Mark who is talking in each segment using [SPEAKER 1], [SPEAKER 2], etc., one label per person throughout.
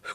[SPEAKER 1] 不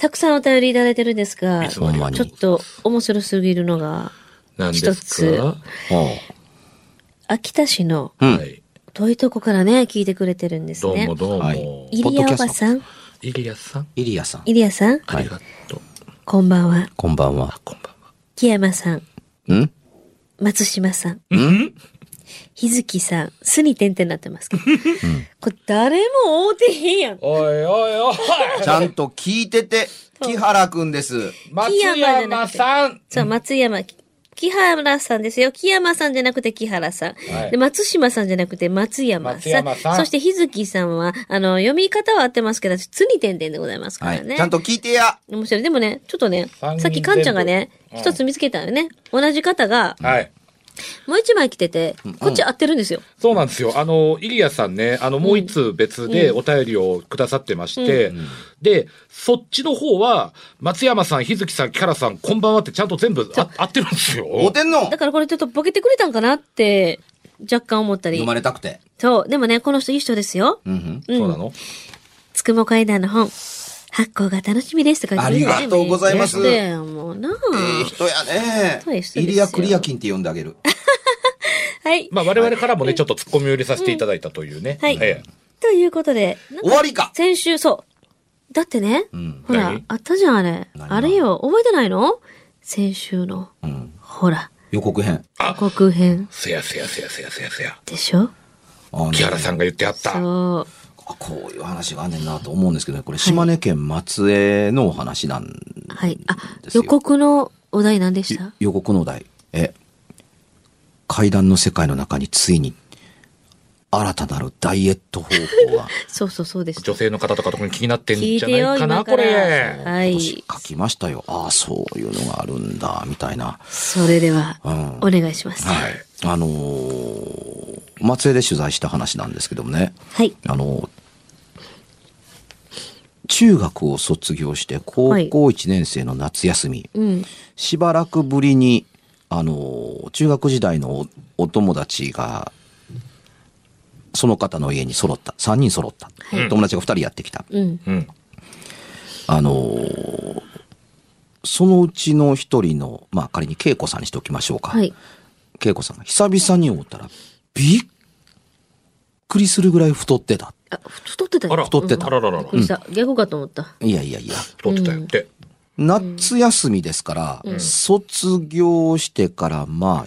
[SPEAKER 2] たくさんお便りいただいてるんですが
[SPEAKER 1] いつ
[SPEAKER 2] ち
[SPEAKER 1] もありが
[SPEAKER 2] ょ
[SPEAKER 1] とう
[SPEAKER 2] っと面白すぎるのが
[SPEAKER 1] 何
[SPEAKER 2] ですか一つ
[SPEAKER 3] は
[SPEAKER 2] 秋田市の
[SPEAKER 3] あ、うん。
[SPEAKER 1] はい。
[SPEAKER 2] 遠いとこからね聞いてくれてるんです
[SPEAKER 1] どう
[SPEAKER 2] ね
[SPEAKER 1] もどうも。
[SPEAKER 3] はい
[SPEAKER 2] イリアおばさん
[SPEAKER 1] イリアさん、
[SPEAKER 3] イリアさん。
[SPEAKER 2] イリアさん
[SPEAKER 1] ありがとう。
[SPEAKER 2] こんばんは
[SPEAKER 3] こんばんは。
[SPEAKER 1] こんばんは。
[SPEAKER 2] 木山さん
[SPEAKER 3] ん
[SPEAKER 2] 松島さん
[SPEAKER 1] うん
[SPEAKER 2] 日月さんすに点々になってますけど、 これ誰も会うてへんやん
[SPEAKER 1] おいおいおい
[SPEAKER 3] ちゃんと聞いてて、木原くんです。
[SPEAKER 1] 松山さん
[SPEAKER 2] じゃあ、松山、き木原さんですよ。木山さんじゃなくて木原さん。
[SPEAKER 1] はい
[SPEAKER 2] で、松島さんじゃなくて松山
[SPEAKER 1] 松
[SPEAKER 2] さん。
[SPEAKER 1] 山さん
[SPEAKER 2] そして、日月さんは、あの、読み方は合ってますけど、つに点々でございますか
[SPEAKER 3] は
[SPEAKER 2] ら
[SPEAKER 3] い。
[SPEAKER 2] ね。
[SPEAKER 3] ちゃんと聞いてや。
[SPEAKER 2] 面白い。でもね、ちょっとね、
[SPEAKER 1] 三人
[SPEAKER 2] さっきかんちゃんがね、
[SPEAKER 1] 全部
[SPEAKER 2] 一つ見つけたよね。同じ方が、
[SPEAKER 1] はい。
[SPEAKER 2] もう一枚来てて、こっち合ってるんですよ。
[SPEAKER 1] そうなんですよ。あの、イリアさんね、あの、もう一通別でお便りをくださってまして、で、そっちの方は、松山さん、日月さん、木原さん、こんばんはってちゃんと全部あ合ってるんですよ。
[SPEAKER 3] おてんの
[SPEAKER 2] だからこれちょっとボケてくれたんかなって、若干思った
[SPEAKER 3] 読
[SPEAKER 2] り
[SPEAKER 3] ま。れたくて。
[SPEAKER 2] そう。でもね、この人いい人ですよ。
[SPEAKER 3] うんうん。
[SPEAKER 1] そうなの
[SPEAKER 2] つくも階段の本、発行が楽しみですとか言ってくれて
[SPEAKER 3] ありがとうございます
[SPEAKER 2] ええ人やもうな
[SPEAKER 3] ええ人やね
[SPEAKER 2] そうです。
[SPEAKER 3] イリア・クリアキンって呼んであげる。
[SPEAKER 2] はい。
[SPEAKER 1] まあ、我々からもね、ちょっと突っ込みを入れさせていただいたというね。
[SPEAKER 2] はい
[SPEAKER 1] ええ
[SPEAKER 2] ということで、なんか
[SPEAKER 3] 終わりか
[SPEAKER 2] 先週、そう。だってね、
[SPEAKER 3] うん。
[SPEAKER 2] ほら
[SPEAKER 1] 何、
[SPEAKER 2] あったじゃん、あれ。
[SPEAKER 3] 何が
[SPEAKER 2] あれよ、覚えてないの先週の、
[SPEAKER 3] うん。
[SPEAKER 2] ほら、
[SPEAKER 3] 予告編。
[SPEAKER 1] あ
[SPEAKER 2] 予告編
[SPEAKER 1] せやせやせやせやせやせや。
[SPEAKER 2] でしょ
[SPEAKER 3] あの
[SPEAKER 1] 木原さんが言ってあった。
[SPEAKER 2] そう。
[SPEAKER 3] あこういう話があんねんなと思うんですけどね、これ島根県松江のお話なん、
[SPEAKER 2] はい。あ
[SPEAKER 3] で、すよ
[SPEAKER 2] 予告のお題何でし
[SPEAKER 3] ゆ
[SPEAKER 2] た
[SPEAKER 3] 予告のお題。え、階段の世界の中についに、新たなるダイエット方法が
[SPEAKER 2] そうそうそうでした
[SPEAKER 1] 女。性の方とか特に気になってん
[SPEAKER 2] 聞い
[SPEAKER 1] じゃ
[SPEAKER 2] て
[SPEAKER 1] な
[SPEAKER 2] よ、
[SPEAKER 1] いかな、
[SPEAKER 2] 今
[SPEAKER 1] こ
[SPEAKER 2] から。
[SPEAKER 1] れ。
[SPEAKER 2] は
[SPEAKER 3] 今
[SPEAKER 2] い
[SPEAKER 3] 年。書きましたよ。ああ、そういうのがあるんだ、みたいな。
[SPEAKER 2] それでは、
[SPEAKER 3] うん
[SPEAKER 2] お願いします。
[SPEAKER 3] はい。あのー松江で取材した話なんですけどもね。
[SPEAKER 2] はい。
[SPEAKER 3] あの、中学を卒業して高校
[SPEAKER 2] はい
[SPEAKER 3] 1年生の夏休み、
[SPEAKER 2] うん。
[SPEAKER 3] しばらくぶりに、あの、中学時代のおお友達が、その方の家に揃った、3人揃った。
[SPEAKER 1] い
[SPEAKER 3] 友達が2人やってきた。
[SPEAKER 2] うん。
[SPEAKER 1] うん。
[SPEAKER 3] あの、そのうちの1人の、まあ仮に恵子さんにしておきましょうか。
[SPEAKER 2] はい。
[SPEAKER 3] 恵子さんが久々に会ったら、びっくりするぐらい太ってた。
[SPEAKER 2] あ、太ってたよ
[SPEAKER 1] あら、
[SPEAKER 3] 太ってた
[SPEAKER 1] あらららら
[SPEAKER 2] びっくりした。逆かと思った。
[SPEAKER 3] いやいやいや。
[SPEAKER 1] 太ってたよって。
[SPEAKER 3] 夏休みですから、卒業してからまあ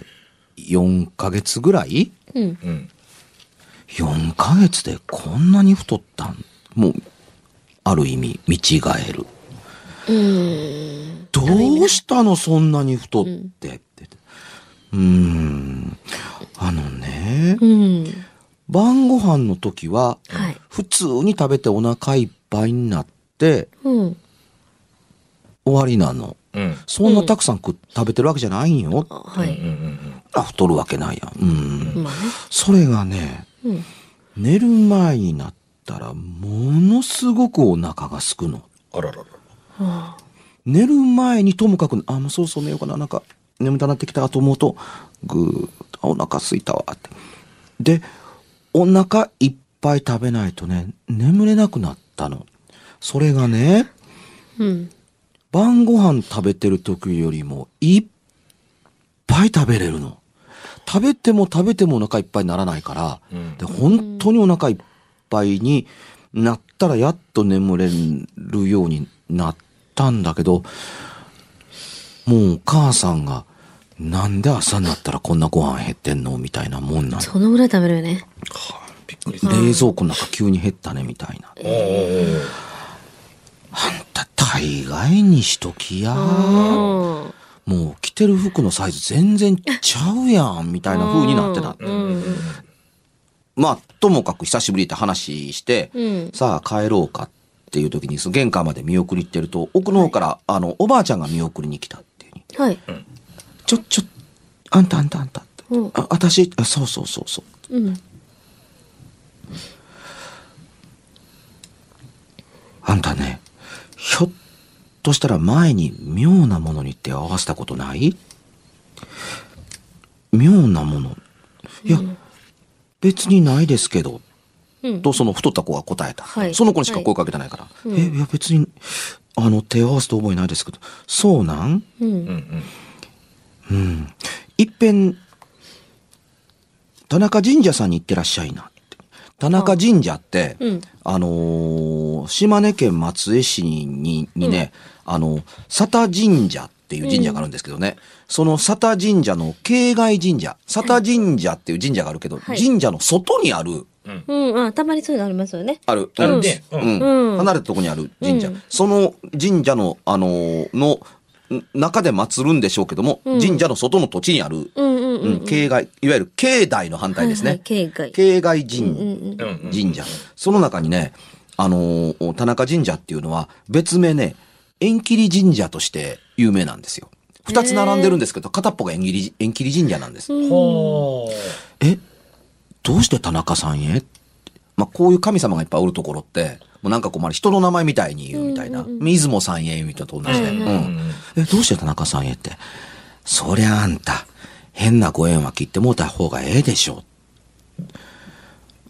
[SPEAKER 3] 4ヶ月ぐらい
[SPEAKER 2] うん。
[SPEAKER 1] うん。
[SPEAKER 3] 4ヶ月でこんなに太ったんもうある意味見違える
[SPEAKER 2] うん。
[SPEAKER 3] どうしたのそんなに太ってってうーんあのね
[SPEAKER 2] うん。
[SPEAKER 3] 晩ご飯の時は
[SPEAKER 2] はい
[SPEAKER 3] 普通に食べてお腹いっぱいになって
[SPEAKER 2] うん。
[SPEAKER 3] 終わりなの
[SPEAKER 1] うん。
[SPEAKER 3] そんなたくさん食食べてるわけじゃないんよ
[SPEAKER 2] あは
[SPEAKER 1] うんう
[SPEAKER 2] い。
[SPEAKER 1] ん
[SPEAKER 3] あ太るわけないやんうん
[SPEAKER 2] まあね。
[SPEAKER 3] それがね、
[SPEAKER 2] うん。
[SPEAKER 3] 寝る前になったらものすごくお腹が空くの。
[SPEAKER 1] うん。あららら。
[SPEAKER 2] はあ
[SPEAKER 3] 寝る前にともかく、あ、もうそろそろ寝ようかな、なんか眠たなってきたと思うと、ぐーっと、あお腹すいたわって。で、お腹いっぱい食べないとね、眠れなくなったの。それがね、
[SPEAKER 2] うん。
[SPEAKER 3] 晩ご飯食べてる時よりもいっぱい食べれるの。食べても食べてもお腹いっぱいにならないから、
[SPEAKER 1] うん
[SPEAKER 3] で本当にお腹いっぱいになったらやっと眠れるようになったんだけど、もうお母さんが、なんで朝になったらこんなご飯減ってんのみたいなもんなの。
[SPEAKER 2] そのぐらい食べるよね。
[SPEAKER 1] はいびっくりした。
[SPEAKER 3] 冷蔵庫の中急に減ったねみたいな。
[SPEAKER 1] おー
[SPEAKER 3] あんた大概にしときや。
[SPEAKER 2] うん。
[SPEAKER 3] もう着てる服のサイズ全然ちゃうやん、みたいな風になってた。
[SPEAKER 2] うん。
[SPEAKER 3] まあ、ともかく久しぶりって話して、
[SPEAKER 2] うん。
[SPEAKER 3] さあ帰ろうかっていう時に、その玄関まで見送り行ってると、奥の方から、あの、おばあちゃんが見送りに来たっていう。
[SPEAKER 2] はい。
[SPEAKER 3] ちょ、ちょ、あんたあんたあんたって。
[SPEAKER 2] うん
[SPEAKER 3] あ、私、あそうそうそうそう。
[SPEAKER 2] うん。
[SPEAKER 3] あんたね、ひょっとしたら前に妙なものに手を合わせたことない妙なもの。いや、別にないですけど、
[SPEAKER 2] うん。
[SPEAKER 3] とその太った子が答えた。
[SPEAKER 2] はい
[SPEAKER 3] その子にしか声かけてないから。
[SPEAKER 2] いうん
[SPEAKER 3] え、いや別に、あの、手を合わせた覚えないですけど、そうなん
[SPEAKER 2] う
[SPEAKER 1] うん
[SPEAKER 2] ん。
[SPEAKER 1] うん
[SPEAKER 3] うん。いっぺん、田中神社さんに行ってらっしゃいなって。田中神社って、
[SPEAKER 2] うん。
[SPEAKER 3] あのー島根県松江市ににね、あの、佐田神社っていう神社があるんですけどね、その佐田神社の境外神社、佐田神社っていう神社があるけど、
[SPEAKER 2] はい
[SPEAKER 3] 神社の外にある、
[SPEAKER 2] うん。あ、たまにそういうのありますよね。
[SPEAKER 3] ある、
[SPEAKER 1] あるね
[SPEAKER 3] う
[SPEAKER 1] うん
[SPEAKER 3] ん
[SPEAKER 2] うん
[SPEAKER 3] 離れたとこにある神社、
[SPEAKER 2] うん
[SPEAKER 3] その神社の、あのーの、ん中で祀るんでしょうけども、
[SPEAKER 2] うん
[SPEAKER 3] 神社の外の土地にある、
[SPEAKER 2] うんうん
[SPEAKER 3] うん
[SPEAKER 2] うん。
[SPEAKER 3] 境外、いわゆる境内の反対ですね。
[SPEAKER 2] はいはい境外
[SPEAKER 3] 境外神
[SPEAKER 2] うんうん
[SPEAKER 1] うんうん
[SPEAKER 3] 神社。その中にね、あのー田中神社っていうのは別名ね、縁切り神社として有名なんですよ。二つ並んでるんですけど、片っぽが縁切り、縁切り神社なんです。
[SPEAKER 2] うん。
[SPEAKER 1] ほー
[SPEAKER 3] え、どうして田中さんへまあ、こういう神様がいっぱいおるところって、もうなんかこう、まあ人の名前みたいに言うみたいな。出雲さんへみたいなと同じで。
[SPEAKER 2] はい
[SPEAKER 1] うんう
[SPEAKER 3] うん
[SPEAKER 1] ん
[SPEAKER 3] え、どうして田中さんへって。そりゃあんた、変なご縁は切ってもうた方がええでしょ。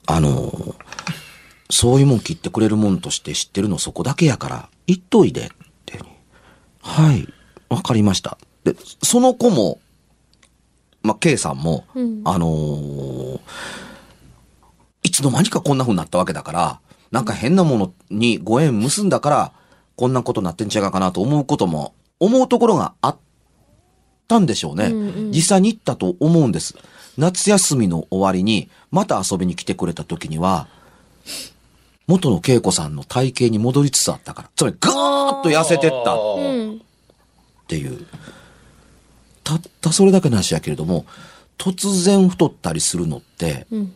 [SPEAKER 3] あの、そういうもん切ってくれるもんとして知ってるのそこだけやから、言っといで、って。はい、わかりました。で、その子も、まあ、K さんも、
[SPEAKER 2] うん
[SPEAKER 3] あのーいつの間にかこんな風になったわけだから、なんか変なものにご縁結んだから、こんなことなってんちゃうかなと思うことも、思うところがあったんでしょうね。
[SPEAKER 2] うんうん
[SPEAKER 3] 実際に行ったと思うんです。夏休みの終わりに、また遊びに来てくれた時には、元の恵子さんの体型に戻りつつあったから。つまり、ぐーっと痩せてった。
[SPEAKER 2] うん。
[SPEAKER 3] っていう。たったそれだけの話やけれども、突然太ったりするのって、
[SPEAKER 2] うん。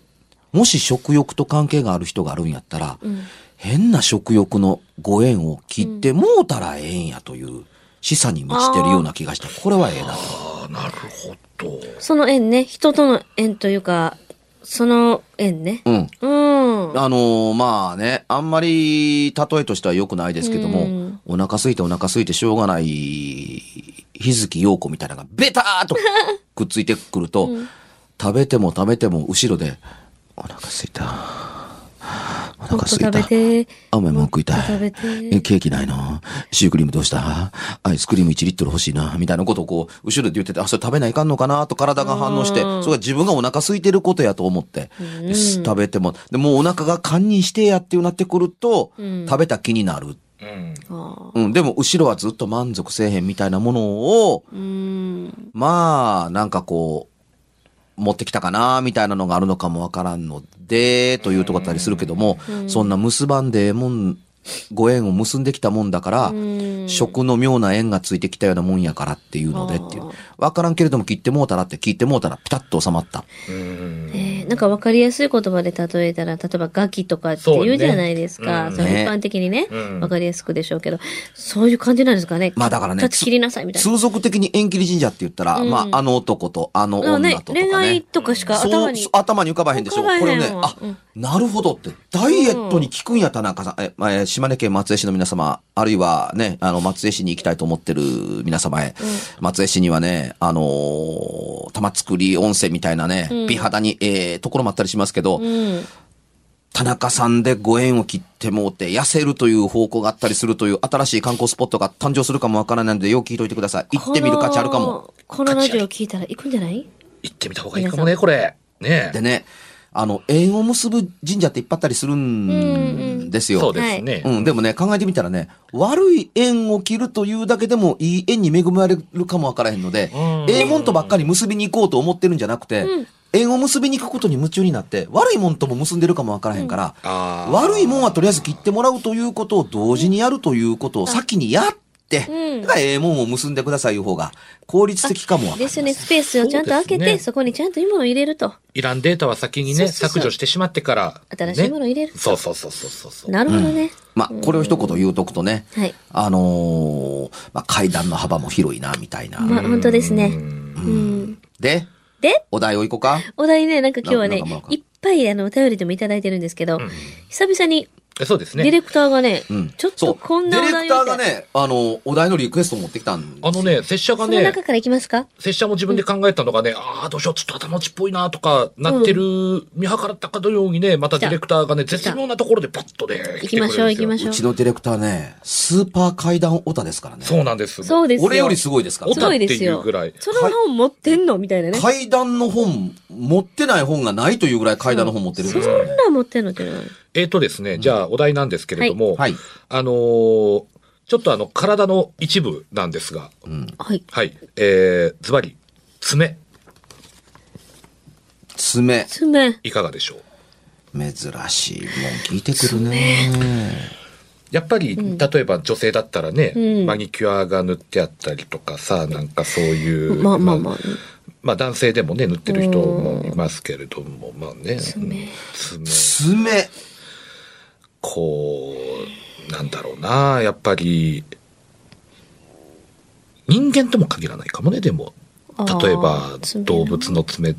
[SPEAKER 3] もし食欲と関係がある人があるんやったら、
[SPEAKER 2] うん。
[SPEAKER 3] 変な食欲のご縁を切ってもうたらええんやという示唆に満ちてるような気がした。これはええなと。
[SPEAKER 1] あーなるほど。
[SPEAKER 2] その縁ね、人との縁というか、その縁ね。
[SPEAKER 3] うん。
[SPEAKER 2] うん。
[SPEAKER 3] あのーまあね、あんまり例えとしては良くないですけど
[SPEAKER 2] う
[SPEAKER 3] も、
[SPEAKER 2] ん
[SPEAKER 3] お腹空いてお腹空いてしょうがない、日月陽子みたいなのがベターっ とくっついてくると、食べても食べても後ろで、お腹空いた。
[SPEAKER 2] もっと
[SPEAKER 3] お腹空い
[SPEAKER 2] 食
[SPEAKER 3] た
[SPEAKER 2] べ。て。
[SPEAKER 3] あ、お前文句言い
[SPEAKER 2] もっと食
[SPEAKER 3] た
[SPEAKER 2] べ
[SPEAKER 3] い。
[SPEAKER 2] て
[SPEAKER 3] え、。ケーキないのシュークリームどうしたアイスクリーム1リットル欲しいなみたいなことをこう、後ろで言ってて、あ、それ食べないかんのかなと体が反応して、
[SPEAKER 2] うん
[SPEAKER 3] それが自分がお腹空いてることやと思って、
[SPEAKER 2] うん
[SPEAKER 3] で食べても、でもうお腹が堪忍してやっていうなってくると、
[SPEAKER 2] うん
[SPEAKER 3] 食べた気になる。
[SPEAKER 1] うん
[SPEAKER 2] あ
[SPEAKER 3] うん、でも後ろはずっと満足せえへんみたいなものを、
[SPEAKER 2] ーうん。
[SPEAKER 3] まあ、なんかこう、持ってきたかな、みたいなのがあるのかもわからんので、というとこだったりするけども、そんな結ばんでええもん、ご縁を結んできたもんだから、
[SPEAKER 2] うん
[SPEAKER 3] 食の妙な縁がついてきたようなもんやからっていうのでっていう
[SPEAKER 2] あー。
[SPEAKER 3] わからんけれども切ってもうたらって聞いてもうたらピタッと収まった。
[SPEAKER 1] うん
[SPEAKER 2] えーね。なんか分かりやすい言葉で例えたら、例えばガキとかって
[SPEAKER 1] そうね
[SPEAKER 2] 言うじゃないですか。
[SPEAKER 1] うん
[SPEAKER 2] それ
[SPEAKER 3] ね
[SPEAKER 2] 一般的にね、
[SPEAKER 1] うん
[SPEAKER 2] 分かりやすくでしょうけど、そういう感じなんですかね。
[SPEAKER 3] まあだからね
[SPEAKER 2] 立ち切りなさいみたいな。
[SPEAKER 3] 通俗的に縁切り神社って言ったら、
[SPEAKER 2] うん
[SPEAKER 3] まあ、あの男とあの
[SPEAKER 2] あ
[SPEAKER 3] 女
[SPEAKER 2] ね
[SPEAKER 3] ととかね。
[SPEAKER 2] 恋愛とかしか
[SPEAKER 3] そう
[SPEAKER 2] 頭に
[SPEAKER 3] そう。頭に浮かばへんでしょ。
[SPEAKER 2] 浮か
[SPEAKER 3] こ
[SPEAKER 2] ばへんわ
[SPEAKER 3] れね、あ、
[SPEAKER 2] うん
[SPEAKER 3] なるほどって、ダイエットに効くんや、田中さん。え、まあえー、島根県松江市の皆様、あるいはね、あの、松江市に行きたいと思ってる皆様へ、松江市にはね、あのー玉造温泉みたいなね、
[SPEAKER 2] うん
[SPEAKER 3] 美肌に、えーところもあったりしますけど、
[SPEAKER 2] うん。
[SPEAKER 3] 田中さんでご縁を切ってもうて、痩せるという方向があったりするという新しい観光スポットが誕生するかもわからないので、よく聞いといてください。行ってみる価値あるかも。
[SPEAKER 2] この。このラジオ聞いたら行くんじゃない
[SPEAKER 1] 行ってみた方がいいかもね、これ。ね
[SPEAKER 3] でね、あの、縁を結ぶ神社っていっぱいあったりする
[SPEAKER 2] んうん
[SPEAKER 3] んですよ。
[SPEAKER 1] そうですね。
[SPEAKER 3] うん、でもね、考えてみたらね、悪い縁を切るというだけでもいい縁に恵まれるかもわからへんので
[SPEAKER 1] うん、
[SPEAKER 3] ええもんとばっかり結びに行こうと思ってるんじゃなくて、縁を結びに行くことに夢中になって、悪いもんとも結んでるかもわからへんから、
[SPEAKER 1] あー
[SPEAKER 3] 悪いもんはとりあえず切ってもらうということを同時にやるということを先にやっ
[SPEAKER 2] う
[SPEAKER 3] て、
[SPEAKER 2] ん
[SPEAKER 3] だからええもんを結んでくださいいう方が効率的かもわかり
[SPEAKER 2] で
[SPEAKER 3] ますせ
[SPEAKER 2] よ
[SPEAKER 3] ん
[SPEAKER 2] ね。スペースをちゃんと開け
[SPEAKER 1] そ
[SPEAKER 2] て、
[SPEAKER 1] うで
[SPEAKER 2] そ
[SPEAKER 1] すね
[SPEAKER 2] こにちゃんと今のを入れると。
[SPEAKER 1] いらんデータは先にね、
[SPEAKER 2] そうそうそう
[SPEAKER 1] 削除してしまってから、
[SPEAKER 2] 新しいものを入れる
[SPEAKER 1] ねそうそうそうそうそうそう。
[SPEAKER 2] なるほどね。
[SPEAKER 3] まあ、これを一言言うとくとね、
[SPEAKER 2] はい
[SPEAKER 3] あのーまあ、階段の幅も広いな、みたいな。
[SPEAKER 2] まあ、本当ですね。うん。
[SPEAKER 3] で、
[SPEAKER 2] で、
[SPEAKER 3] お題をいこうか。
[SPEAKER 2] お題ね、なんか今日はね
[SPEAKER 3] ななんかもらおう、か
[SPEAKER 2] いっぱいあの、お便りでもいただいてるんですけど、久々に
[SPEAKER 1] えそうです
[SPEAKER 2] ディレ
[SPEAKER 1] ね。
[SPEAKER 2] クターがね、
[SPEAKER 3] うん
[SPEAKER 2] ちょっ
[SPEAKER 3] そ
[SPEAKER 2] と
[SPEAKER 3] う
[SPEAKER 2] こんなお
[SPEAKER 3] ディ
[SPEAKER 2] 題
[SPEAKER 3] レク
[SPEAKER 2] を
[SPEAKER 3] ター
[SPEAKER 2] みた
[SPEAKER 3] が
[SPEAKER 2] い
[SPEAKER 3] ね、あの、お題のリクエストを持ってきたん
[SPEAKER 1] あのね、拙者が
[SPEAKER 2] その
[SPEAKER 1] ね
[SPEAKER 2] 中、からいきますか
[SPEAKER 1] 拙者も自分で考えたのがね、ああ、どうしよう、ちょっと頭打ちっぽいなとか、なってる、見計らったかのようにね、またディレクターがね、絶妙なところでパッとね、
[SPEAKER 2] 行きましょう行きま
[SPEAKER 1] ょ
[SPEAKER 2] しょ
[SPEAKER 3] う
[SPEAKER 2] う。
[SPEAKER 3] ちのディレクターね、スーパー階段オタですからね。
[SPEAKER 1] そうなんです。
[SPEAKER 2] そうですよ。
[SPEAKER 3] 俺よりすごいですから
[SPEAKER 1] オ
[SPEAKER 2] す
[SPEAKER 1] タ
[SPEAKER 2] ご
[SPEAKER 1] って
[SPEAKER 2] いです
[SPEAKER 1] いう
[SPEAKER 2] よ
[SPEAKER 1] ぐらい。。
[SPEAKER 2] その本持ってんのみたいなね。
[SPEAKER 3] 階段の本、持ってない本がないというぐらい階段の本持ってるん
[SPEAKER 2] そ
[SPEAKER 3] で
[SPEAKER 2] ん
[SPEAKER 3] すよね。
[SPEAKER 2] な持ってんのっていうのは
[SPEAKER 1] えっ、とですね、じゃあお題なんですけれども、
[SPEAKER 3] はいはい
[SPEAKER 1] あのーちょっとあの、体の一部なんですが、
[SPEAKER 2] はい。
[SPEAKER 1] はい、えー、ズバリ、爪、
[SPEAKER 3] 爪、
[SPEAKER 2] 爪。
[SPEAKER 1] いかがでしょう
[SPEAKER 3] 珍しいもん聞いてくるね。
[SPEAKER 1] やっぱり、例えば女性だったらね、
[SPEAKER 2] うん
[SPEAKER 1] マニキュアが塗ってあったりとかさ、なんかそういう、
[SPEAKER 2] まあまあまあ。
[SPEAKER 1] まあ男性でもね、塗ってる人もいますけれども、まあね、
[SPEAKER 2] 爪
[SPEAKER 1] 爪
[SPEAKER 3] 爪、
[SPEAKER 1] こう、なんだろうな、やっぱり、人間とも限らないかもね、でも。
[SPEAKER 2] あー
[SPEAKER 1] 例えば、
[SPEAKER 2] 爪
[SPEAKER 1] 動物の爪、引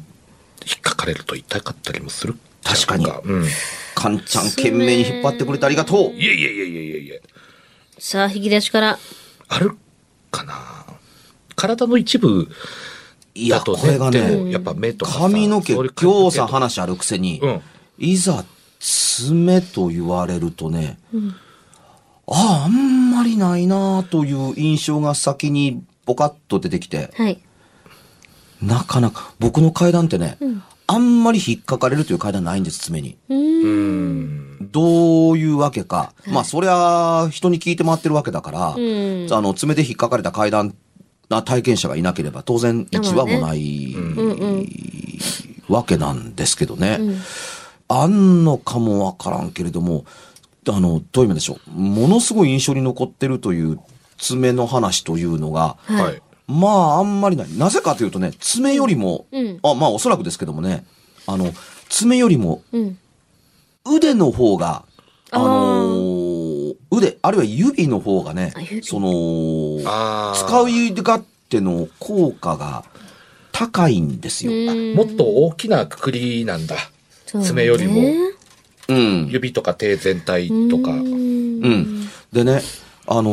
[SPEAKER 1] っかかれると痛かったりもする。
[SPEAKER 3] 確かに
[SPEAKER 1] うん。い
[SPEAKER 3] かんちゃん懸命に引っ張ってくれてありがとう。
[SPEAKER 1] えいえいえいえいえいえ。
[SPEAKER 2] さあ、引き出しから。
[SPEAKER 1] あるかな体の一部
[SPEAKER 3] いや、
[SPEAKER 1] だと
[SPEAKER 3] こ
[SPEAKER 1] ね、
[SPEAKER 3] れが
[SPEAKER 1] でも
[SPEAKER 3] ね、
[SPEAKER 1] やっぱ目とかさ
[SPEAKER 3] 髪の毛、
[SPEAKER 1] そういう
[SPEAKER 3] 今
[SPEAKER 1] 髪の毛
[SPEAKER 3] 日さ、話あるくせに、
[SPEAKER 1] うん
[SPEAKER 3] いざ、爪と言われるとね、ああ、あんまりないなあという印象が先にボカッと出てきて、
[SPEAKER 2] はい。
[SPEAKER 3] なかなか、僕の階段ってね、あんまり引っかかれるという階段ないんです、爪に。
[SPEAKER 2] うーん。
[SPEAKER 3] どういうわけか。まあ、そりゃ、人に聞いて回ってるわけだから、
[SPEAKER 2] うん
[SPEAKER 3] あの、爪で引っかかれた階段、な体験者がいなければ、当然、一話もない、わけなんですけどね。あんのかもわからんけれども、あの、どういう意味でしょう。ものすごい印象に残ってるという爪の話というのが、
[SPEAKER 2] はい
[SPEAKER 1] はい。
[SPEAKER 3] まあ、あんまりない。なぜかというとね、爪よりも、
[SPEAKER 2] うん
[SPEAKER 3] あまあ、おそらくですけどもね、あの、爪よりも
[SPEAKER 2] うん。
[SPEAKER 3] 腕の方が、
[SPEAKER 2] あ
[SPEAKER 3] あ
[SPEAKER 2] ー
[SPEAKER 3] のー腕、あるいは指の方がね
[SPEAKER 2] あ、指
[SPEAKER 3] その、
[SPEAKER 1] あー
[SPEAKER 3] 使う勝手の効果が高いんですよ。
[SPEAKER 1] もっと大きなくくりなんだ。爪よりも
[SPEAKER 3] うん。
[SPEAKER 1] 指とか手全体とか。
[SPEAKER 3] うん。でね、あの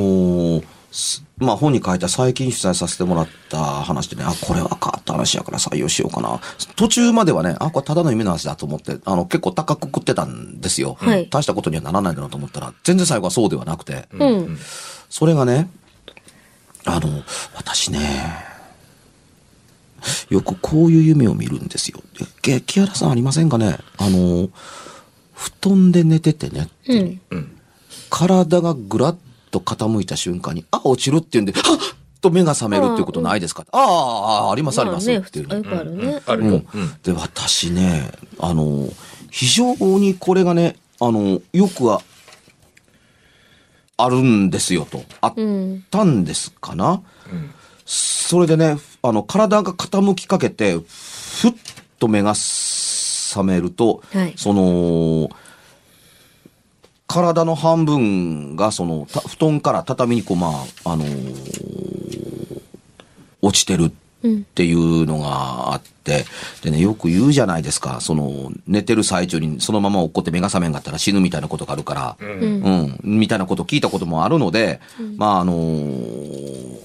[SPEAKER 3] ーすまあ本に書いた最近取材させてもらった話でね、あ、これは変わった話やから採用しようかな。途中まではね、あ、これただの夢の話だと思って、あの結構高く食ってたんですよ。
[SPEAKER 2] はい
[SPEAKER 3] 大したことにはならないだろうと思ったら、全然最後はそうではなくて。
[SPEAKER 2] うん。
[SPEAKER 3] それがね、あの、私ね、よくこういう夢を見るんですよ。でけ木原さんありませんかねあの、布団で寝ててね、
[SPEAKER 2] うん。
[SPEAKER 3] 体がぐらっと傾いた瞬間に、あ、落ちるって言うんで、はっと目が覚めるっていうことないですかああ、あありますあります
[SPEAKER 2] ね、
[SPEAKER 3] っ
[SPEAKER 2] 普
[SPEAKER 3] てい
[SPEAKER 2] 通
[SPEAKER 3] う
[SPEAKER 2] あよくあるね。
[SPEAKER 1] ある
[SPEAKER 3] う
[SPEAKER 1] よ
[SPEAKER 3] ん。で、私ね、あの、非常にこれがね、あの、よくは、あるんですよと。あっ
[SPEAKER 2] うん。
[SPEAKER 3] ったんですかな、それでねあの体が傾きかけてふっと目が冷めると、
[SPEAKER 2] はい
[SPEAKER 3] その、体の半分が、その、た布団から畳にこう、まあ、あのー落ちてるっていうのがあって、でね、よく言うじゃないですか、その、寝てる最中にそのまま落っこって目が覚めんかったら死ぬみたいなことがあるから、うん、みたいなこと聞いたこともあるので、まあ、あのー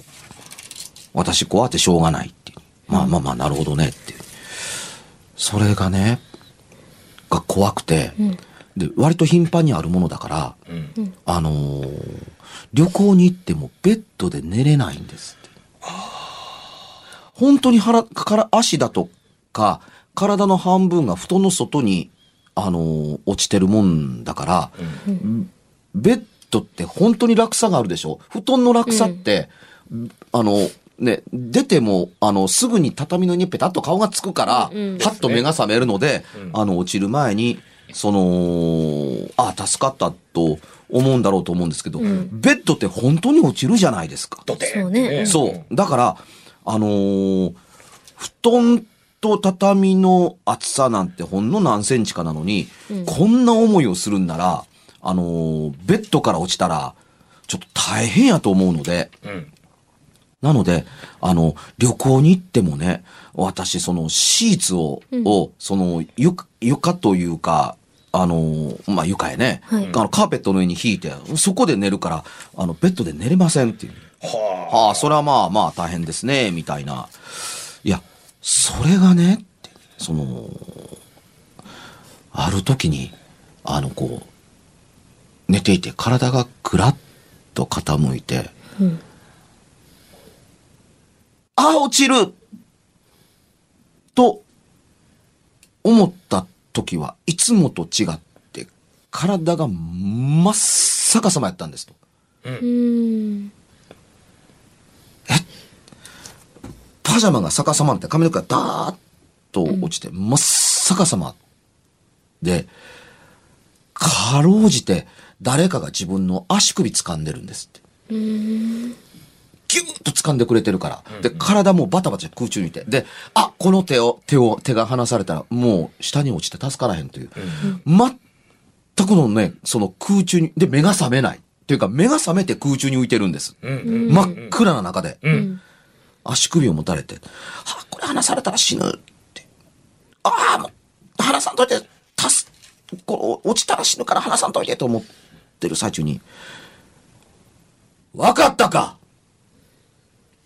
[SPEAKER 3] 私怖ってしょうがないっていう。まあまあまあ、なるほどねっていう。それがね、が怖くて、で、割と頻繁にあるものだから、
[SPEAKER 1] うん
[SPEAKER 3] あのー旅行に行ってもベッドで寝れないんですって。本当に腹から足だとか、体の半分が布団の外に、あのー落ちてるもんだから、ベッドって本当に落差があるでしょ布団の落差って、あの、ね、出ても、あの、すぐに畳の上にペタッと顔がつくから、は
[SPEAKER 2] うん
[SPEAKER 3] っと目が覚めるので、あの、落ちる前に、その、あ、助かったと思うんだろうと思うんですけど、ベッドって本当に落ちるじゃないですか。
[SPEAKER 1] ドテン
[SPEAKER 2] そうねん
[SPEAKER 3] そう。だから、あのー布団と畳の厚さなんてほんの何センチかなのに、こんな思いをするんなら、あのーベッドから落ちたら、ちょっと大変やと思うので、
[SPEAKER 1] うん。
[SPEAKER 3] なので、あの、旅行に行ってもね、私、その、シーツを、を、その、床、床というか、あの、まあ、床やね、
[SPEAKER 2] はい
[SPEAKER 3] あの、カーペットの上に引いて、そこで寝るから、あの、ベッドで寝れませんっていう。
[SPEAKER 1] は
[SPEAKER 3] ああ、それはまあまあ大変ですね、みたいな。いや、それがね、ってその、ある時に、あの、こう、寝ていて体がぐらっと傾いて、
[SPEAKER 2] うん
[SPEAKER 3] ああ、落ちると、思った時はいつもと違って、体が真っ逆さまやったんですと。
[SPEAKER 2] うん。
[SPEAKER 3] パジャマが逆さまになって髪の毛がダーッと落ちて、真っ逆さまで、かろうじて誰かが自分の足首掴んでるんですって。ギューッと掴んでくれてるから。で、体もバタバタ空中にいて。で、あ、この手を、手を、手が離されたら、もう下に落ちて助からへんという。全くのね、その空中に、で、目が覚めない。というか、目が覚めて空中に浮いてるんです。
[SPEAKER 1] うんうん
[SPEAKER 3] 真っ暗な中で。
[SPEAKER 1] うん。
[SPEAKER 3] 足首を持たれて、あ、これ離されたら死ぬって。ああ、もう、離さんといて、たす、こう落ちたら死ぬから離さんといてと思ってる最中に、わかったか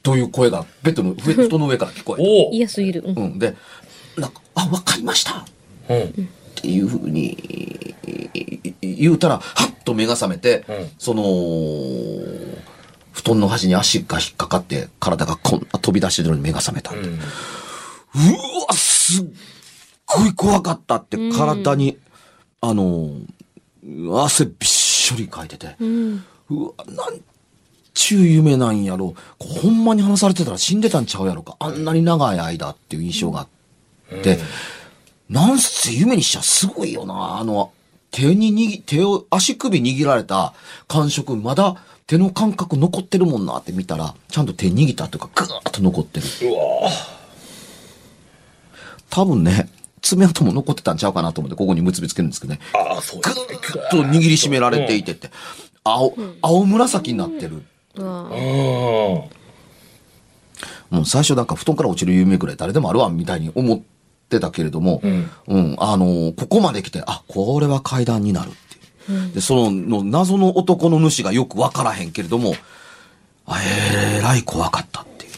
[SPEAKER 3] という声がベッドの、 ベッドの上から聞こえ
[SPEAKER 1] おお。
[SPEAKER 2] 嫌すぎる。うん
[SPEAKER 3] た。うん。で、なんか、あ、わかりました
[SPEAKER 1] うん。
[SPEAKER 3] っていうふうに言うたら、はっと目が覚めて、
[SPEAKER 1] うん
[SPEAKER 3] その、布団の端に足が引っかかって、体がこんな飛び出してるのに目が覚めた。う
[SPEAKER 1] うん
[SPEAKER 3] わ、すっごい怖かったって、体に、あのー、汗びっしょりかいてて、うわ、なんちゅう夢なんやろう。ほんまに話されてたら死んでたんちゃうやろか。あんなに長い間っていう印象があって、で、なんせ夢にしちゃすごいよな。あの、手に握、手を、足首握られた感触、まだ手の感覚残ってるもんなって見たら、ちゃんと手握ったというか、ぐーっと残ってる。
[SPEAKER 1] うわ
[SPEAKER 3] 多分ね、爪痕も残ってたんちゃうかなと思って、ここに結びつけるんですけどね。
[SPEAKER 1] ーああ、そう
[SPEAKER 3] ぐ
[SPEAKER 1] で
[SPEAKER 3] ー
[SPEAKER 1] すね
[SPEAKER 3] っと握りしめられていてって、青、青紫になってる。
[SPEAKER 2] わあ
[SPEAKER 1] うん。
[SPEAKER 3] もう最初なんか布団から落ちる夢ぐらい誰でもあるわ、みたいに思ってたけれども、うん、あのーここまで来て、あ、これは階段になるっていう。で、そのの謎の男の主がよくわからへんけれども、あえらい怖かったっていう。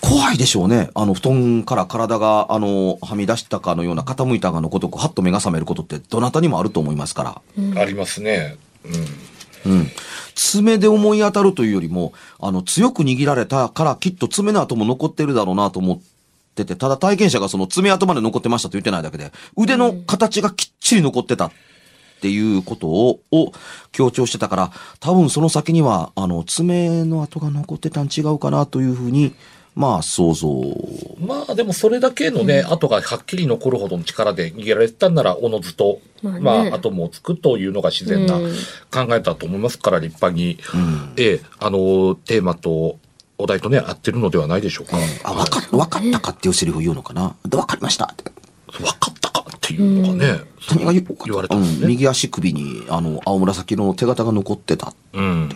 [SPEAKER 3] 怖いでしょうね。あの、布団から体が、あのーはみ出したかのような傾いたがのごとく、はっと目が覚めることって、どなたにもあると思いますから。
[SPEAKER 1] ありますね。うん。
[SPEAKER 3] うん、爪で思い当たるというよりも、あの、強く握られたからきっと爪の跡も残ってるだろうなと思ってて、ただ体験者がその爪跡まで残ってましたと言ってないだけで、腕の形がきっちり残ってたっていうことを、を強調してたから、多分その先には、あの、爪の跡が残ってたん違うかなというふうに、まあ、想像。
[SPEAKER 1] まあでもそれだけのね、跡がはっきり残るほどの力で逃げられてたんなら、おのずと、
[SPEAKER 2] まあね
[SPEAKER 1] まあ跡もつくというのが自然な
[SPEAKER 2] うん
[SPEAKER 1] 考えだと思いますから、立派に。
[SPEAKER 3] うん。
[SPEAKER 1] ええ、あの、テーマとお題とね、合ってるのではないでしょうか。
[SPEAKER 3] あ、わか、わかったかっていうセリフを言うのかな。で、わかりましたって。
[SPEAKER 1] わかったかっていうのがね、
[SPEAKER 3] とにかく
[SPEAKER 1] 言われたんです
[SPEAKER 3] うん
[SPEAKER 1] ね。
[SPEAKER 3] 右足首に、あの、青紫色の手形が残ってた。
[SPEAKER 1] うん。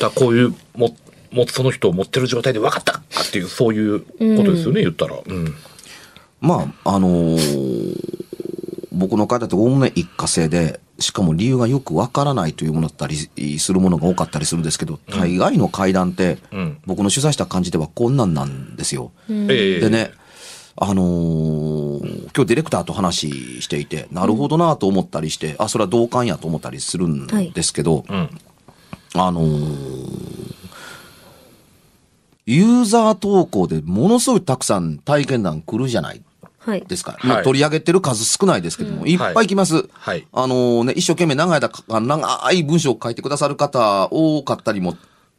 [SPEAKER 1] だからこういう、も、も、その人を持ってる状態でわかったっていう、そういうことですよね、言ったら。うん。
[SPEAKER 3] まあ、あのー僕の方っておおむね一過性で、しかも理由がよくわからないというものだったりするものが多かったりするんですけど、大概の会談って、
[SPEAKER 1] うん。
[SPEAKER 3] 僕の取材した感じではこんなんなんですよ。
[SPEAKER 1] ええ
[SPEAKER 3] でね、あのー今日ディレクターと話していて、なるほどなと思ったりして、あ、それは同感やと思ったりするんですけど、
[SPEAKER 1] うん。
[SPEAKER 3] あのーユーザー投稿でものすごいたくさん体験談来るじゃない
[SPEAKER 2] はい。
[SPEAKER 3] ですか。
[SPEAKER 1] はい
[SPEAKER 3] 取り上げてる数少ないですけども、いっぱい来ます。
[SPEAKER 1] はい
[SPEAKER 3] あのーね、一生懸命長い間、あ長い文章を書いてくださる方多かったりも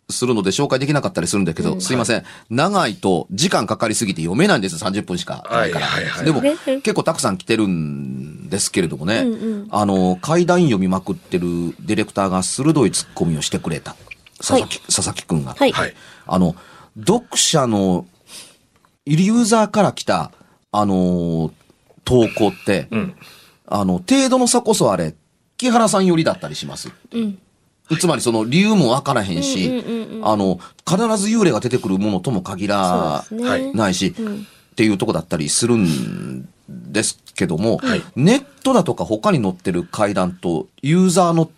[SPEAKER 3] するので紹介できなかったりするんだけど、すいません。長いと時間かかりすぎて読めないんです。30分しかないから。
[SPEAKER 1] はいはいはい
[SPEAKER 3] でも、
[SPEAKER 2] ね
[SPEAKER 3] 結構たくさん来てるんですけれどもね、
[SPEAKER 2] うんうん
[SPEAKER 3] あの、階段読みまくってるディレクターが鋭いツッコミをしてくれた。佐々木、佐々木くんが。
[SPEAKER 2] はい。
[SPEAKER 1] はい。
[SPEAKER 3] あの、読者の、ユーザーから来た、あのー投稿って、
[SPEAKER 1] うん。
[SPEAKER 3] あの、程度の差こそあれ、木原さん寄りだったりします。
[SPEAKER 2] うん。
[SPEAKER 3] つまりその理由もわからへんし、
[SPEAKER 2] うんうんうんうん
[SPEAKER 3] あの、必ず幽霊が出てくるものとも限ら
[SPEAKER 2] そうですね。
[SPEAKER 1] はい
[SPEAKER 3] ないし、
[SPEAKER 2] うん
[SPEAKER 3] っていうとこだったりするんですけども、
[SPEAKER 1] はい
[SPEAKER 3] ネットだとか他に載ってる階段とユーザーの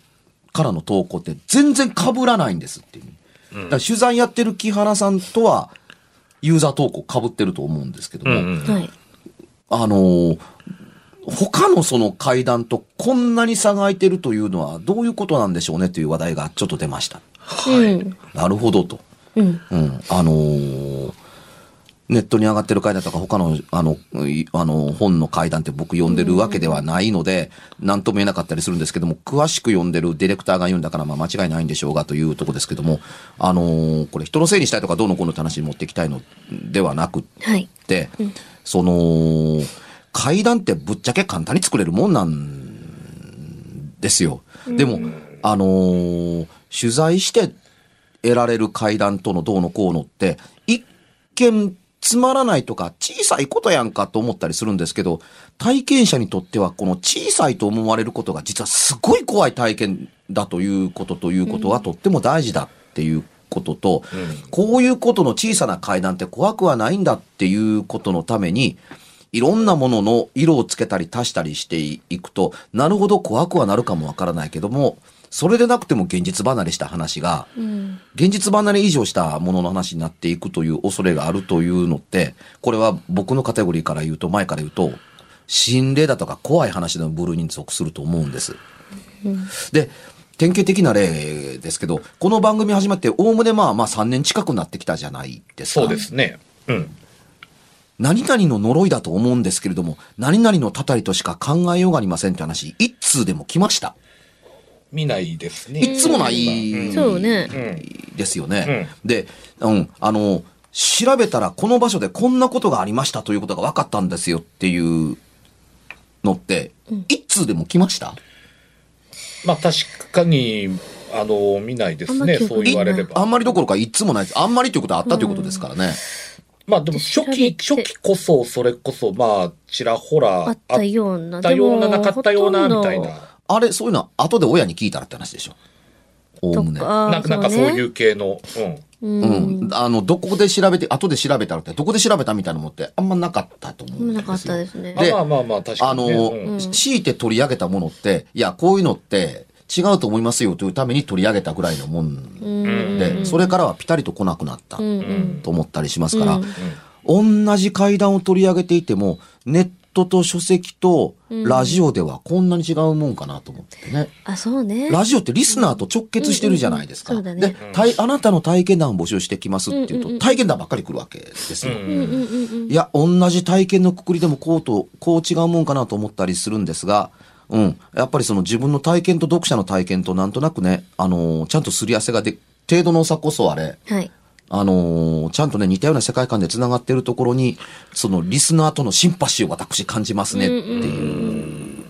[SPEAKER 3] からの投稿って全然被らないんですっていう。だから取材やってる木原さんとは、ユーザー投稿被ってると思うんですけど
[SPEAKER 1] う
[SPEAKER 3] も、
[SPEAKER 1] んうん。
[SPEAKER 2] はい。
[SPEAKER 3] あのー他のその階段とこんなに差が空いてるというのはどういうことなんでしょうねという話題がちょっと出ました。
[SPEAKER 2] うん。
[SPEAKER 3] なるほどと。
[SPEAKER 2] うん。
[SPEAKER 3] うん、あのーネットに上がってる階段とか他のあのいあの本の階段って僕読んでるわけではないので何とも言えなかったりするんですけども詳しく読んでるディレクターが読んだからまあ間違いないんでしょうがというとこですけどもあのーこれ人のせいにしたいとかどうのこうのって話に持っていきたいのではなくて
[SPEAKER 2] はい。
[SPEAKER 3] って、その、階段ってぶっちゃけ簡単に作れるもんなんですよ。でも、あのー取材して得られる階段とのどうのこうのって、一見つまらないとか小さいことやんかと思ったりするんですけど、体験者にとってはこの小さいと思われることが実はすごい怖い体験だということということはとっても大事だっていうことと、こういうことの小さな階段って怖くはないんだっていうことのために、いろんなものの色をつけたり足したりしていくと、なるほど怖くはなるかもわからないけども、それでなくても現実離れした話が、
[SPEAKER 2] うん。
[SPEAKER 3] 現実離れ以上したものの話になっていくという恐れがあるというのって、これは僕のカテゴリーから言うと、前から言うと、心霊だとか怖い話の部類に属すると思うんです。で、典型的な例ですけど、この番組始まって、おおむねまあまあ3年近くなってきたじゃないですか。
[SPEAKER 1] そうですね。うん。
[SPEAKER 3] 何々の呪いだと思うんですけれども、何々のたたりとしか考えようがありませんって話、一通でも来ました。
[SPEAKER 1] 見ないですね。
[SPEAKER 3] いつもな
[SPEAKER 1] う
[SPEAKER 3] い。
[SPEAKER 1] ん
[SPEAKER 2] そうね
[SPEAKER 3] ですよね。で、うん、あの、調べたらこの場所でこんなことがありましたということが分かったんですよっていうのって、一通でも来ました
[SPEAKER 1] まあ確かに、あの、見ないで
[SPEAKER 2] あん
[SPEAKER 1] す
[SPEAKER 2] ま
[SPEAKER 1] ね、
[SPEAKER 2] 記憶
[SPEAKER 1] そう言われれば。
[SPEAKER 3] あんまりどころか一通もないです。あんまりということはあったということですからね。
[SPEAKER 1] まあでも初期、
[SPEAKER 2] 調べ
[SPEAKER 1] 初
[SPEAKER 2] て
[SPEAKER 1] 期こそ、それこそ、まあ、ちらほら
[SPEAKER 2] あったような。
[SPEAKER 1] あったよう
[SPEAKER 2] で
[SPEAKER 1] な、な
[SPEAKER 2] も
[SPEAKER 1] かったような、みたい。
[SPEAKER 2] ほ
[SPEAKER 1] な。
[SPEAKER 3] あれ、そういうのは後で親に聞いたらって話でしょ。おお
[SPEAKER 2] と
[SPEAKER 3] む
[SPEAKER 2] ん
[SPEAKER 3] ね
[SPEAKER 2] ど。か、。
[SPEAKER 1] なんかなんかそういうう系の。うん。
[SPEAKER 2] う
[SPEAKER 3] うん
[SPEAKER 2] ん。。
[SPEAKER 3] あの、どこで調べて、後で調べたらって、どこで調べたみたいなのってあんまなかったと思うんですよ。
[SPEAKER 2] なかったですね。
[SPEAKER 3] で
[SPEAKER 1] まあまあまあ、確か
[SPEAKER 3] あ
[SPEAKER 1] に、ね。
[SPEAKER 3] の、
[SPEAKER 1] うん
[SPEAKER 3] 強いて取り上げたものって、いや、こういうのって違うと思いますよというために取り上げたぐらいのもんで、それからはピタリと来なくなったと思ったりしますから、同じ階段を取り上げていても、ネットと書籍とラジオではこんなに違うもんかなと思ってね。
[SPEAKER 2] あ、そうね。
[SPEAKER 3] ラジオってリスナーと直結してるじゃないですか。
[SPEAKER 2] うんうんうんそうだね
[SPEAKER 3] で、たいあなたの体験談を募集してきますっていうと、体験談ばっかり来るわけですよ。
[SPEAKER 2] うんうんうん。
[SPEAKER 3] いや、同じ体験のくくりでもこうと、こう違うもんかなと思ったりするんですが、うん。やっぱりその自分の体験と読者の体験となんとなくね、あのーちゃんとすり合わせがで、程度の差こそあれ、
[SPEAKER 2] はい。
[SPEAKER 3] あのーちゃんとね、似たような世界観で繋がってるところに、そのリスナーとのシンパシーを私感じますねっていう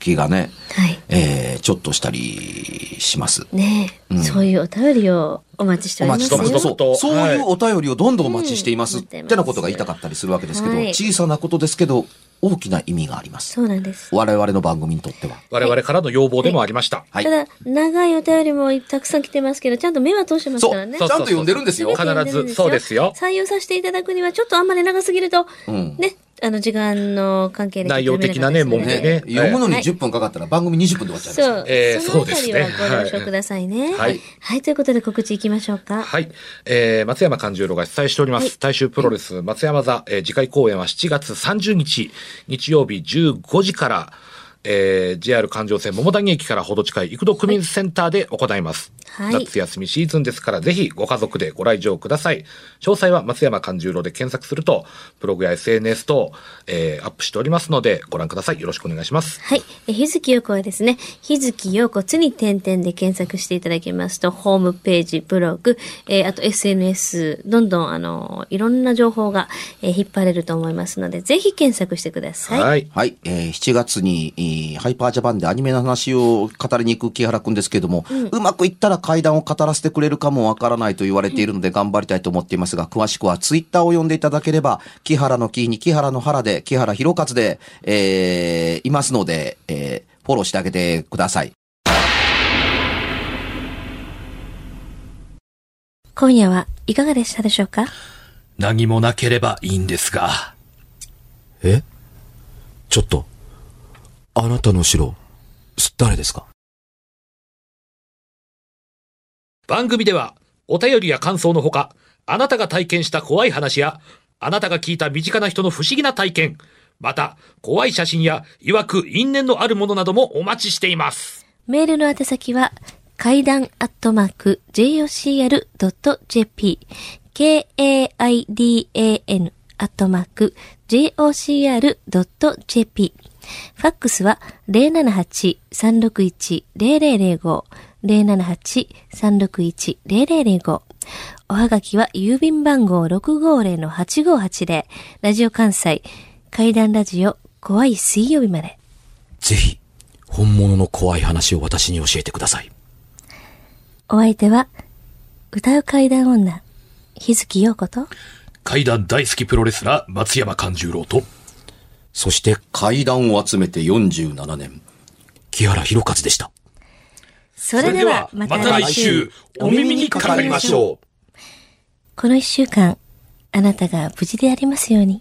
[SPEAKER 3] 気がね、
[SPEAKER 2] はい。
[SPEAKER 3] えーちょっとしたりします。
[SPEAKER 2] ねえ、そういうお便りをお待ちしてお
[SPEAKER 3] お
[SPEAKER 2] りま
[SPEAKER 3] 待ちし
[SPEAKER 2] す
[SPEAKER 3] て
[SPEAKER 2] よ。
[SPEAKER 3] ます
[SPEAKER 1] どうぞ
[SPEAKER 3] そうそういうお便りをどんどんお待ちしています、
[SPEAKER 2] うん
[SPEAKER 3] ってなことが言いたかったりするわけですけど、
[SPEAKER 2] はい
[SPEAKER 3] 小さなことですけど大きな意味があります
[SPEAKER 2] そうなんです。
[SPEAKER 3] 我々の番組にとっては
[SPEAKER 1] 我々からの要望でもありました。
[SPEAKER 3] はい
[SPEAKER 2] ただ、長いお便りもたくさん来てますけど、ちゃんと目は通してます
[SPEAKER 3] そ
[SPEAKER 2] から
[SPEAKER 3] う、
[SPEAKER 2] ね。
[SPEAKER 3] ちゃんと読んでるんですよ
[SPEAKER 2] 全て読んでるん
[SPEAKER 1] 必ずそうですよ
[SPEAKER 2] 採用させていただくには、ちょっとあんまり長すぎると、
[SPEAKER 3] うん
[SPEAKER 2] ね、あの、時間の関係で。
[SPEAKER 1] 内容的なね
[SPEAKER 2] 読め
[SPEAKER 1] 問
[SPEAKER 2] かった
[SPEAKER 1] 題
[SPEAKER 2] りするの
[SPEAKER 1] ね
[SPEAKER 2] で
[SPEAKER 3] 読むのに10分かかったら番組20分で終わっちゃいま
[SPEAKER 2] そ
[SPEAKER 3] す
[SPEAKER 2] う。
[SPEAKER 1] えー
[SPEAKER 2] そのあ
[SPEAKER 1] そうで
[SPEAKER 2] た
[SPEAKER 1] す
[SPEAKER 2] り
[SPEAKER 1] ね
[SPEAKER 2] はご了承くださいね。
[SPEAKER 1] はい。
[SPEAKER 2] はい、ということで告知いきましょうか。
[SPEAKER 1] はい。えー、松山勘十郎が主催しておりま
[SPEAKER 2] は
[SPEAKER 1] す。
[SPEAKER 2] い
[SPEAKER 1] 大衆プロレス松山座、えー次回公演は7月30日、日曜日15時から、えー、JR 環状線桃谷駅からほど近い幾度区民センターで行います。
[SPEAKER 2] はい
[SPEAKER 1] 夏休みシーズンですから、ぜひご家族でご来場ください。詳細は松山勘十郎で検索すると、ブログや SNS 等、えー、アップしておりますので、ご覧ください。よろしくお願いします。
[SPEAKER 2] はい。え日月陽子はですね、日月陽子つに点々で検索していただきますと、ホームページ、ブログ、えーあと SNS、どんどん、あのーいろんな情報が、えー引っ張れると思いますので、ぜひ検索してください。
[SPEAKER 1] はい。
[SPEAKER 3] はい、えー7月に、えーハイパージャパンでアニメの話を語りに行く木原くんですけれども、うまくいったら階段を語らせてくれるかもわからないと言われているので頑張りたいと思っていますが、詳しくはツイッターを読んでいただければ、木原の木に木原の原で、木原博和で、えーいますので、えーフォローしてあげてください。
[SPEAKER 2] 今夜はいかがでしたでしょうか
[SPEAKER 4] 何もなければいいんですが。
[SPEAKER 5] えちょっと、あなたの後ろ、す誰ですか
[SPEAKER 1] 番組ではお便りや感想のほかあなたが体験した怖い話やあなたが聞いた身近な人の不思議な体験また怖い写真やいわく因縁のあるものなどもお待ちしています
[SPEAKER 2] メールの宛先は、階段アットマーク、jocr.jp、k-a-i-d-a-n アットマーク、jocr.jp。ファックスは、078-361-0005、078-361-0005。おはがきは、郵便番号650-8580、ラジオ関西、階段ラジオ、怖い水曜日まで。
[SPEAKER 5] ぜひ、本物の怖い話を私に教えてください。
[SPEAKER 2] お相手は、歌う階段女、日月陽子と、
[SPEAKER 1] 階段大好きプロレスラー松山勘十郎と
[SPEAKER 5] そして、
[SPEAKER 3] 階段を集めて47年。
[SPEAKER 5] 木原博一でした。
[SPEAKER 2] それではまた来週、
[SPEAKER 1] お耳にかかりましょう
[SPEAKER 2] この一週間、あなたが無事でありますように。